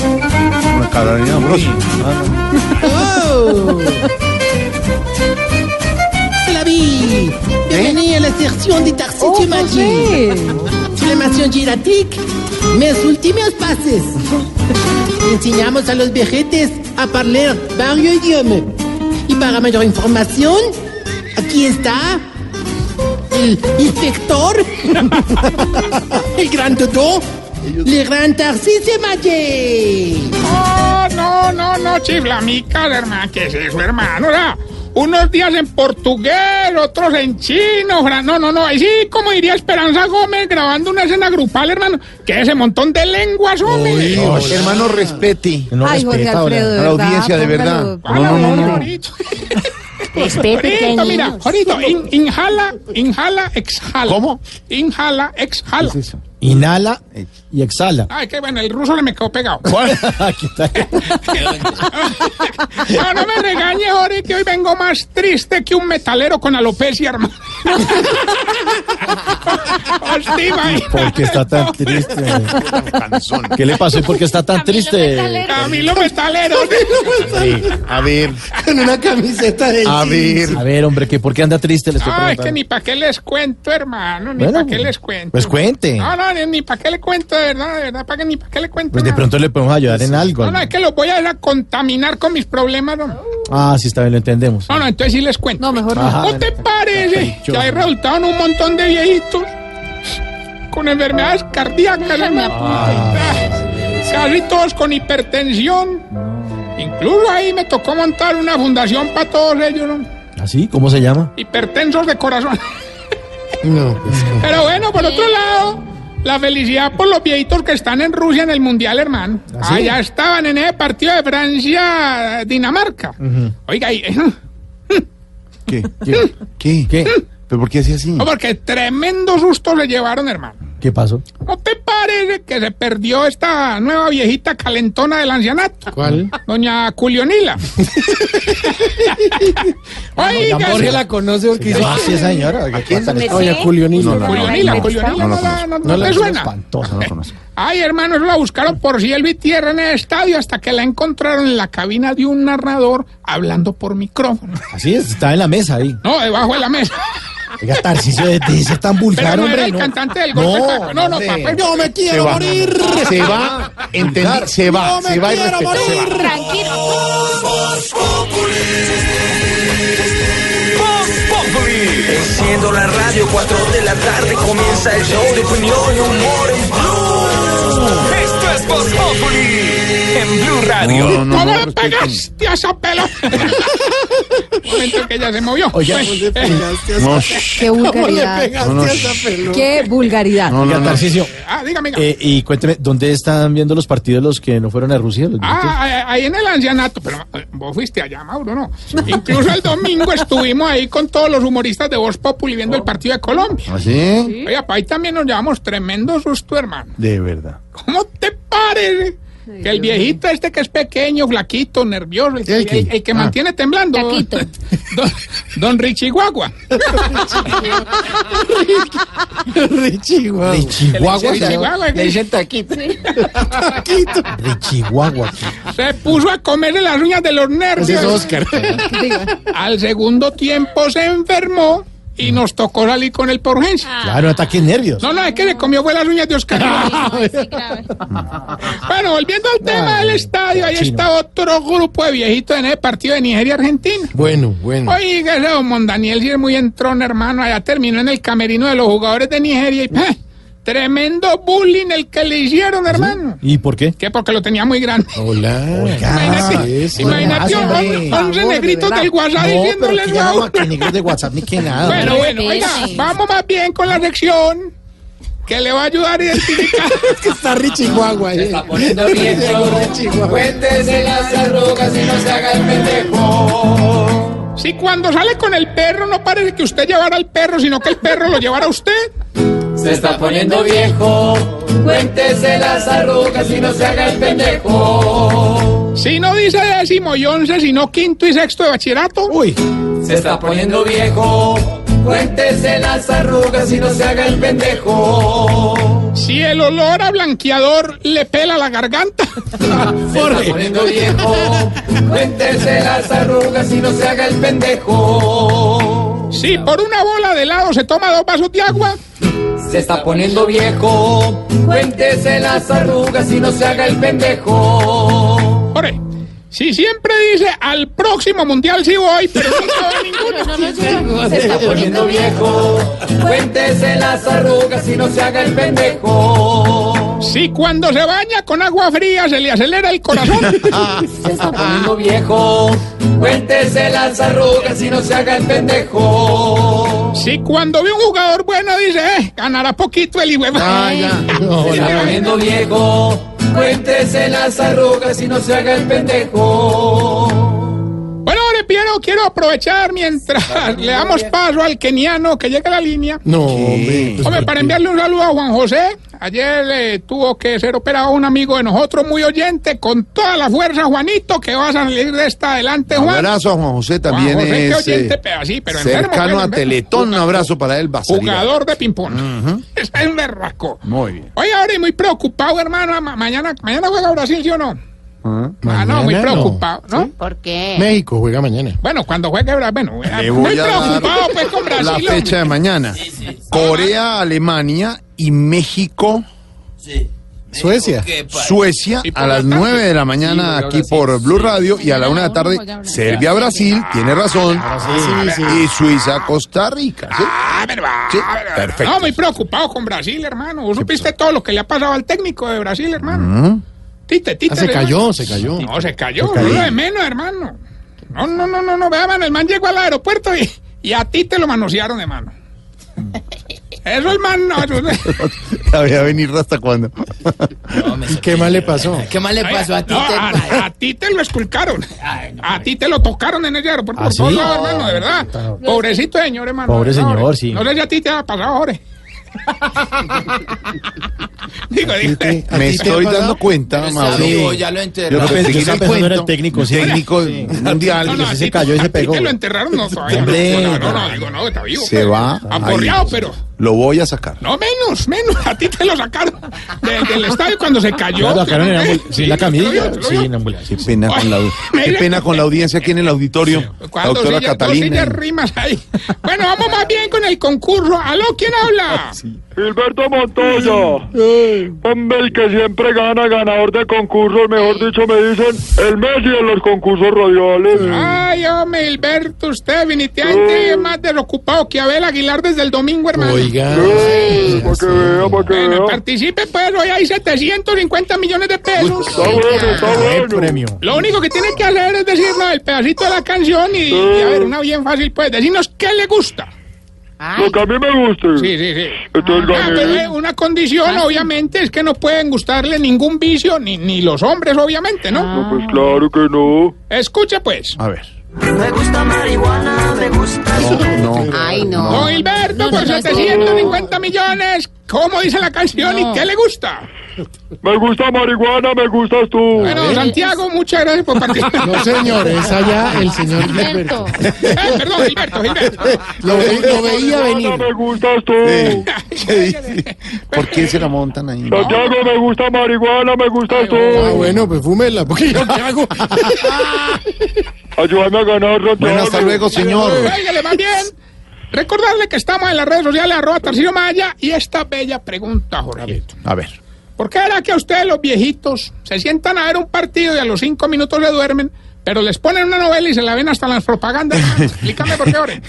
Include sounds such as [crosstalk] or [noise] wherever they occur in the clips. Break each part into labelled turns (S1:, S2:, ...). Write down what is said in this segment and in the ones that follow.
S1: Una Carolina Ambrosio. Ah,
S2: Oh. la vie Bienvenue à la section de Tarsi
S3: Oh,
S2: Magic. Filmación Giratic, mis últimos pases. Enseñamos a los vejetes a hablar varios idiomas. Y para mayor información, aquí está el inspector, [laughs] el gran Totó, el gran Tarcisio Magic.
S4: No, Oh, no, no, no, chiflamicas, hermano. ¿Qué es eso, hermano? O sea, unos días en portugués, otros en chino. fran- No, no, no. Ahí sí, como diría Esperanza Gómez grabando una escena grupal, hermano. Que ese montón de lenguas, hombre.
S1: sí, Jorge, hermano, respete.
S3: No Ay, Jorge
S1: respeta,
S3: Alfredo,
S1: hola.
S3: de
S1: A la
S3: verdad,
S1: audiencia, de verdad.
S3: póngalo.
S4: Ah,
S1: No, no, no, no.
S4: Jorito. Jorito, mira, Jorito, in- inhala, inhala, exhala.
S1: ¿Cómo?
S4: Inhala, exhala.
S1: ¿Qué es eso?
S5: Inhala y exhala.
S4: Ay, qué bueno, el ruso le me quedó pegado.
S5: [laughs] Aquí está.
S4: [laughs] No, no me regañes, Jorge, que hoy vengo más triste que un metalero con alopecia,
S5: [laughs]
S4: hermano. Hostia,
S5: ¿Por qué está tan triste? ¿Qué le pasó y por qué está tan triste?
S4: Camilo
S5: [laughs]
S4: Metalero.
S1: Sí, a ver,
S2: Con una camiseta de
S1: a ver.
S5: A ver, hombre, ¿qué, ¿por qué anda triste? Le estoy
S4: Ay, Ah, es que
S5: preguntando.
S4: ni para qué les cuento, hermano, ni
S5: Bueno,
S4: para qué les cuento.
S5: Pues cuente.
S4: No, no, ni, para qué le cuento, de verdad, de verdad, para que ni para qué le cuento.
S5: Pues de
S4: nada.
S5: pronto le podemos ayudar en algo.
S4: No, no, es que los voy a, dejar contaminar con mis problemas, no.
S5: Ah, sí, está bien, lo entendemos.
S4: No, no, entonces sí les cuento.
S3: No, mejor no.
S5: Ajá.
S4: ¿No te parece que
S5: caprichoso.
S4: hay resultado en un montón de viejitos con enfermedades
S5: Ah.
S4: cardíacas?
S3: Déjame
S4: hermano? Ah, Casi todos con hipertensión. Incluso ahí me tocó montar una fundación para todos ellos, ¿no?
S5: ¿Así? ¿Cómo se llama?
S4: hipertensos de
S5: [laughs]
S4: corazón.
S1: No, pues,
S4: Pero bueno, por otro lado, la felicidad por los viejitos que están en Rusia en el Mundial, hermano.
S5: ¿Ah, sí?
S4: Allá estaban en ese partido de Francia-Dinamarca. Oiga, y- [laughs]
S1: ¿qué? ¿Qué? ¿Qué?
S5: ¿Qué?
S1: ¿Pero por qué hacía así?
S4: no, porque tremendo susto le llevaron, hermano.
S5: ¿Qué pasó?
S4: ¿No te parece que se perdió esta nueva viejita calentona del ancianato?
S2: ¿Cuál?
S4: Doña Culionila. Oiga,
S2: Jorge la conoce porque dice,
S5: Ah, sí, señora. ¿A quién?
S2: oye, Julio Nilo.
S1: No,
S4: Culionila,
S1: no, no
S4: Culionila,
S1: la
S4: no, la-
S1: conozco.
S4: no- no te suena.
S5: Espantosa.
S1: No la conozco.
S4: Ay, hermanos, la buscaron por cielo y tierra en el estadio hasta que la encontraron en la cabina de un narrador hablando por micrófono.
S5: Así es, está en la mesa ahí.
S4: No, debajo de la mesa.
S5: Oiga, Tarcicio, de ti es tan
S4: Pero
S5: vulgar,
S4: no era
S5: hombre.
S4: el
S5: No.
S4: cantante del golpe.
S5: No,
S4: taco. No, no,
S5: hombre.
S4: papá.
S2: Yo me
S1: Se
S2: quiero
S1: va.
S2: morir.
S1: Se va, entendí, se va, se va y respeta, se va.
S3: Tranquilo.
S6: Enciendo la radio, 4 de la tarde comienza el show de opinión y humor en Blue. Esto es Voz Populi en Blue Radio.
S1: No, no, no,
S4: ¿Cómo
S1: no,
S4: le
S1: respeten.
S4: pegaste a esa pelota? [laughs] Un momento que ella se movió. Pues, eh,
S2: Le pegaste a
S1: No,
S2: esa-
S1: shh,
S3: Qué
S2: ¿Cómo le
S3: vulgaridad.
S2: pegaste
S1: No, no,
S2: a esa pelota?
S3: Qué vulgaridad.
S1: no, no,
S5: Oiga,
S1: no.
S5: Tarcicio,
S4: Ah, dígame. dígame.
S5: eh, y cuénteme, ¿dónde están viendo los partidos los que no fueron a Rusia? Los viejitos?
S4: Ah, ahí- ahí en el ancianato, pero eh, vos fuiste allá, Mauro, ¿no? Incluso el domingo estuvimos ahí con todos los humoristas de Voz Populi viendo
S2: Oh.
S4: el partido de Colombia.
S2: Ah,
S1: ¿Así?
S4: Oye, pa, ahí también nos llevamos tremendo susto, hermano.
S1: De verdad.
S4: ¿Cómo te parece? Que el viejito este que es pequeño, flaquito, nervioso, el, que-
S1: ¿El qué?
S4: el- el que
S1: Ah.
S4: mantiene temblando.
S3: Flaquito.
S4: [laughs] Don,
S2: [laughs]
S4: don Richihuahua.
S2: De Chihuahua.
S5: De Chihuahua.
S4: De Chihuahua,
S2: Le dicen taquito. Taquito.
S5: De Chihuahua.
S4: Se puso a comerle las uñas de los nervios.
S2: Ese es
S4: [laughs]
S2: Oscar.
S4: Al segundo tiempo se enfermó y nos tocó salir con él por urgencia.
S5: Claro, ataques nervios.
S4: No, no, es que le comió fue las uñas de Oscar. bueno, volviendo al tema del estadio, ahí
S5: chino.
S4: está otro grupo de viejitos en el partido de Nigeria-Argentina.
S2: Bueno,
S5: Mm.
S2: bueno.
S4: Oiga, ese don Mondaniel sí es muy entrón, hermano. Allá terminó en el camerino de los jugadores de Nigeria y ¡pah! tremendo bullying el que le hicieron, hermano.
S5: ¿Y por qué?
S4: Que porque lo tenía muy grande.
S2: Hola.
S4: Imagínate,
S5: eso,
S4: imagínate
S5: hombre.
S4: un-
S5: Por
S4: 11 negritos del WhatsApp
S5: No, pero
S4: diciéndole
S5: que ya
S4: no.
S5: no, que negros de WhatsApp ni que nada.
S4: Bueno,
S5: hombre.
S4: bueno, oiga, vamos más bien con la sección que le va a ayudar a
S5: [laughs]
S4: identificar.
S2: Es que está Richie Guagua ahí. Está
S3: poniendo bien solo. Cuéntese las arrugas y no se haga el pendejo.
S4: Si cuando sale con el perro no parece que usted llevara al perro, sino que el perro lo llevara a usted.
S3: Se está poniendo viejo. Cuéntese las arrugas y no se haga el pendejo.
S4: Si no dice décimo y once, sino quinto y sexto de bachillerato.
S2: Uy,
S3: Se está poniendo viejo. Cuéntese las arrugas y no se haga el pendejo.
S4: Si el olor a blanqueador le pela la garganta.
S3: Se está poniendo viejo. Cuéntese las arrugas y no se haga el pendejo.
S4: Si por una bola de helado se toma dos vasos de agua.
S3: Se está poniendo viejo. Cuéntese las arrugas y no se haga el pendejo.
S4: Jorge, si siempre dice al próximo mundial sí voy, pero nunca va a ninguno.
S3: Se está poniendo viejo, cuéntese las arrugas y no se haga el pendejo.
S4: Si cuando se baña con agua fría se le acelera el corazón.
S3: Se está poniendo viejo, cuéntese las arrugas y no se haga el pendejo.
S4: Si cuando ve un jugador bueno dice, eh, ganará poquito el hijo.
S2: ah, ya. No,
S3: Se está
S2: hola.
S3: poniendo viejo, cuéntese las arrugas y no se haga el pendejo.
S4: Bueno, ahora Piero, quiero aprovechar [laughs] mientras le damos paso al keniano que llega a la línea.
S2: No, hombre. pues,
S4: Hombre, para enviarle un saludo a Juan José, ayer eh, tuvo que ser operado un amigo de nosotros, muy oyente, con toda la fuerza, Juanito, que vas a salir de esta adelante,
S1: Un
S4: Juan.
S1: abrazo a Juan José,
S4: Juan
S1: también
S4: José, que
S1: es
S4: oyente,
S1: eh,
S4: pero así, pero enfermo,
S1: cercano
S4: pues,
S1: a
S4: enfermo.
S1: Teletón. Un abrazo para él, Basaria.
S4: Jugador de ping-pong. [laughs] Es un berraco.
S1: Muy bien.
S4: Oye, ahora y muy preocupado, hermano. ma- mañana, mañana juega Brasil, ¿sí o no? Ah, no,
S2: mañana
S4: muy
S2: no.
S4: preocupado, ¿no?
S7: ¿Por qué?
S2: México juega mañana.
S4: Bueno, cuando juegue Brasil, bueno,
S1: Le
S4: Ah, muy
S1: voy a dar
S4: preocupado pues con Brasil.
S1: la
S4: hombre.
S1: fecha de mañana. Corea, Alemania y México,
S2: Suecia.
S1: Suecia
S4: Y por
S1: a
S4: la
S1: las
S4: tarde.
S1: 9 de la mañana aquí por Blue Radio y a la 1 de la tarde Serbia, Brasil, tiene razón, y Suiza, Costa Rica. ¿sí?
S4: Ah, pero va,
S1: Sí,
S4: pero va.
S1: perfecto.
S4: No, muy preocupado con Brasil, hermano. Vos
S2: pues.
S4: supiste todo lo que le ha pasado al técnico de Brasil, hermano. Tite, tite.
S2: Ah, se
S4: hermano.
S2: cayó, se cayó.
S4: No, se cayó. No lo de menos, hermano. No, no, no, no, no. Vea, mano, el man llegó al aeropuerto y, y a ti te lo manosearon, hermano. Eso, hermano.
S1: La voy a venir hasta cuando.
S2: ¿Y qué más le pasó?
S3: ¿Qué más le
S4: a, a ti te lo esculcaron. A ti te lo tocaron en ese aeropuerto.
S2: ¿Ah,
S4: por
S2: sí?
S4: todos lados, hermano, de verdad. Pobrecito señor, hermano.
S5: Pobre
S4: de verdad,
S5: señor,
S4: Jorge.
S5: sí.
S4: No sé si a ti te ha pasado,
S5: [laughs]
S4: Jorge. digo, digo.
S2: Tite,
S1: [laughs]
S2: ¿a
S1: Me
S2: ti te ha
S1: estoy
S2: pasado?
S1: dando cuenta, Mauro.
S3: vivo, ya lo enterré.
S1: Yo
S5: Yo
S1: te
S5: pensé-
S1: seguí
S5: yo estaba
S1: el
S5: pensando en el
S1: cuento.
S5: técnico, sí.
S1: Técnico
S5: Sí.
S1: mundial.
S4: [laughs] No, no,
S5: Ese
S4: a
S5: se
S4: ti-
S5: cayó y
S4: a
S5: se
S4: ti
S5: pegó.
S4: que lo enterraron, no, todavía no.
S5: Hombre.
S4: No, no, no, digo, no, está vivo.
S1: Se
S4: pero-
S1: va.
S4: Aporreado,
S1: Ahí.
S4: pero.
S1: Lo voy a sacar.
S4: No, menos, menos. A ti te lo sacaron de- del estadio cuando se cayó.
S5: Claro, sacaron en ambul-
S4: Sí,
S5: sí, la
S4: lo
S5: camilla.
S4: vio, lo
S5: Sí,
S4: vio.
S5: en ambulancia.
S1: Qué pena con la, qué pena con la audiencia aquí en el auditorio. La
S4: Cuando
S1: doctora
S4: se Catalina.
S1: Catalina.
S4: rimas ahí. Bueno, vamos más bien con el concurso. ¿Aló? ¿Quién habla?
S8: Gilberto Montoya, hombre el que siempre gana, ganador de concursos, mejor dicho me dicen, el Messi en los concursos radiales.
S4: Ay, hombre, Gilberto, usted definitivamente es más desocupado que Abel Aguilar desde el domingo, hermano.
S2: Oiga.
S8: Eh, para que vea, para que
S4: Bueno,
S8: vea.
S4: participe, pues, hoy hay 750 millones de pesos.
S8: Está bueno, está
S5: Qué
S8: bueno.
S5: premio.
S4: Lo único que tiene que hacer es decirnos el pedacito de la canción y, y, a ver, una bien fácil, pues, decirnos qué le gusta.
S8: Lo que a mí me guste.
S4: Sí, sí, sí.
S8: Entonces
S4: Ah, pero
S8: gané.
S4: eh, una condición, obviamente, es que no pueden gustarle ningún vicio, ni, ni los hombres, obviamente, ¿no?
S8: No, pues claro que no.
S4: Escuche, pues.
S1: A ver.
S3: Me gusta marihuana, me gusta.
S1: No, no.
S7: Ay, no.
S4: Don Gilberto,
S7: No, no,
S4: por
S7: no, es que-
S4: 750 millones, ¿cómo dice la canción
S7: No.
S4: y qué le gusta?
S8: Me gusta marihuana, me gustas tú.
S4: Bueno, Santiago, muchas gracias por
S2: [laughs]
S4: participar.
S2: No, señor, es allá el señor Gilberto.
S7: Gilberto.
S4: Eh, perdón, Gilberto, Gilberto.
S2: Lo, ve- lo veía venir.
S8: Marihuana, me gustas tú.
S1: Eh, ¿Qué dice? ¿Por qué se la montan ahí?
S8: Santiago, me gusta marihuana, me gustas
S2: Ah,
S8: tú.
S2: bueno, pues fúmela, porque yo qué hago.
S8: Ayúdame a ganar, Santiago.
S1: Bueno, hasta luego, señor.
S4: Óigale, más bien. Recordarle que estamos en las redes sociales, arroba Tarcillo Maya, y esta bella pregunta, Jorge.
S1: A ver. [laughs]
S4: ¿Por qué era que a ustedes los viejitos se sientan a ver un partido y a los cinco minutos le duermen, pero les ponen una novela y se la ven hasta en
S2: [laughs]
S4: las propagandas? Explícame por qué, Jorge.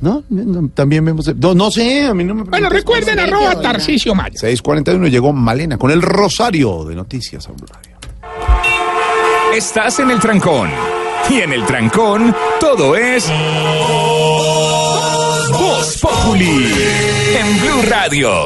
S1: No, no, también vemos. No, no sé, a mí no me
S4: Bueno,
S1: preguntes.
S4: recuerden, arroba Tarcicio Maya.
S1: 6:41 llegó Malena con el Rosario de Noticias a Blue Radio.
S6: Estás en el trancón. Y en el trancón, todo es. Voz Populi. En Blue Radio.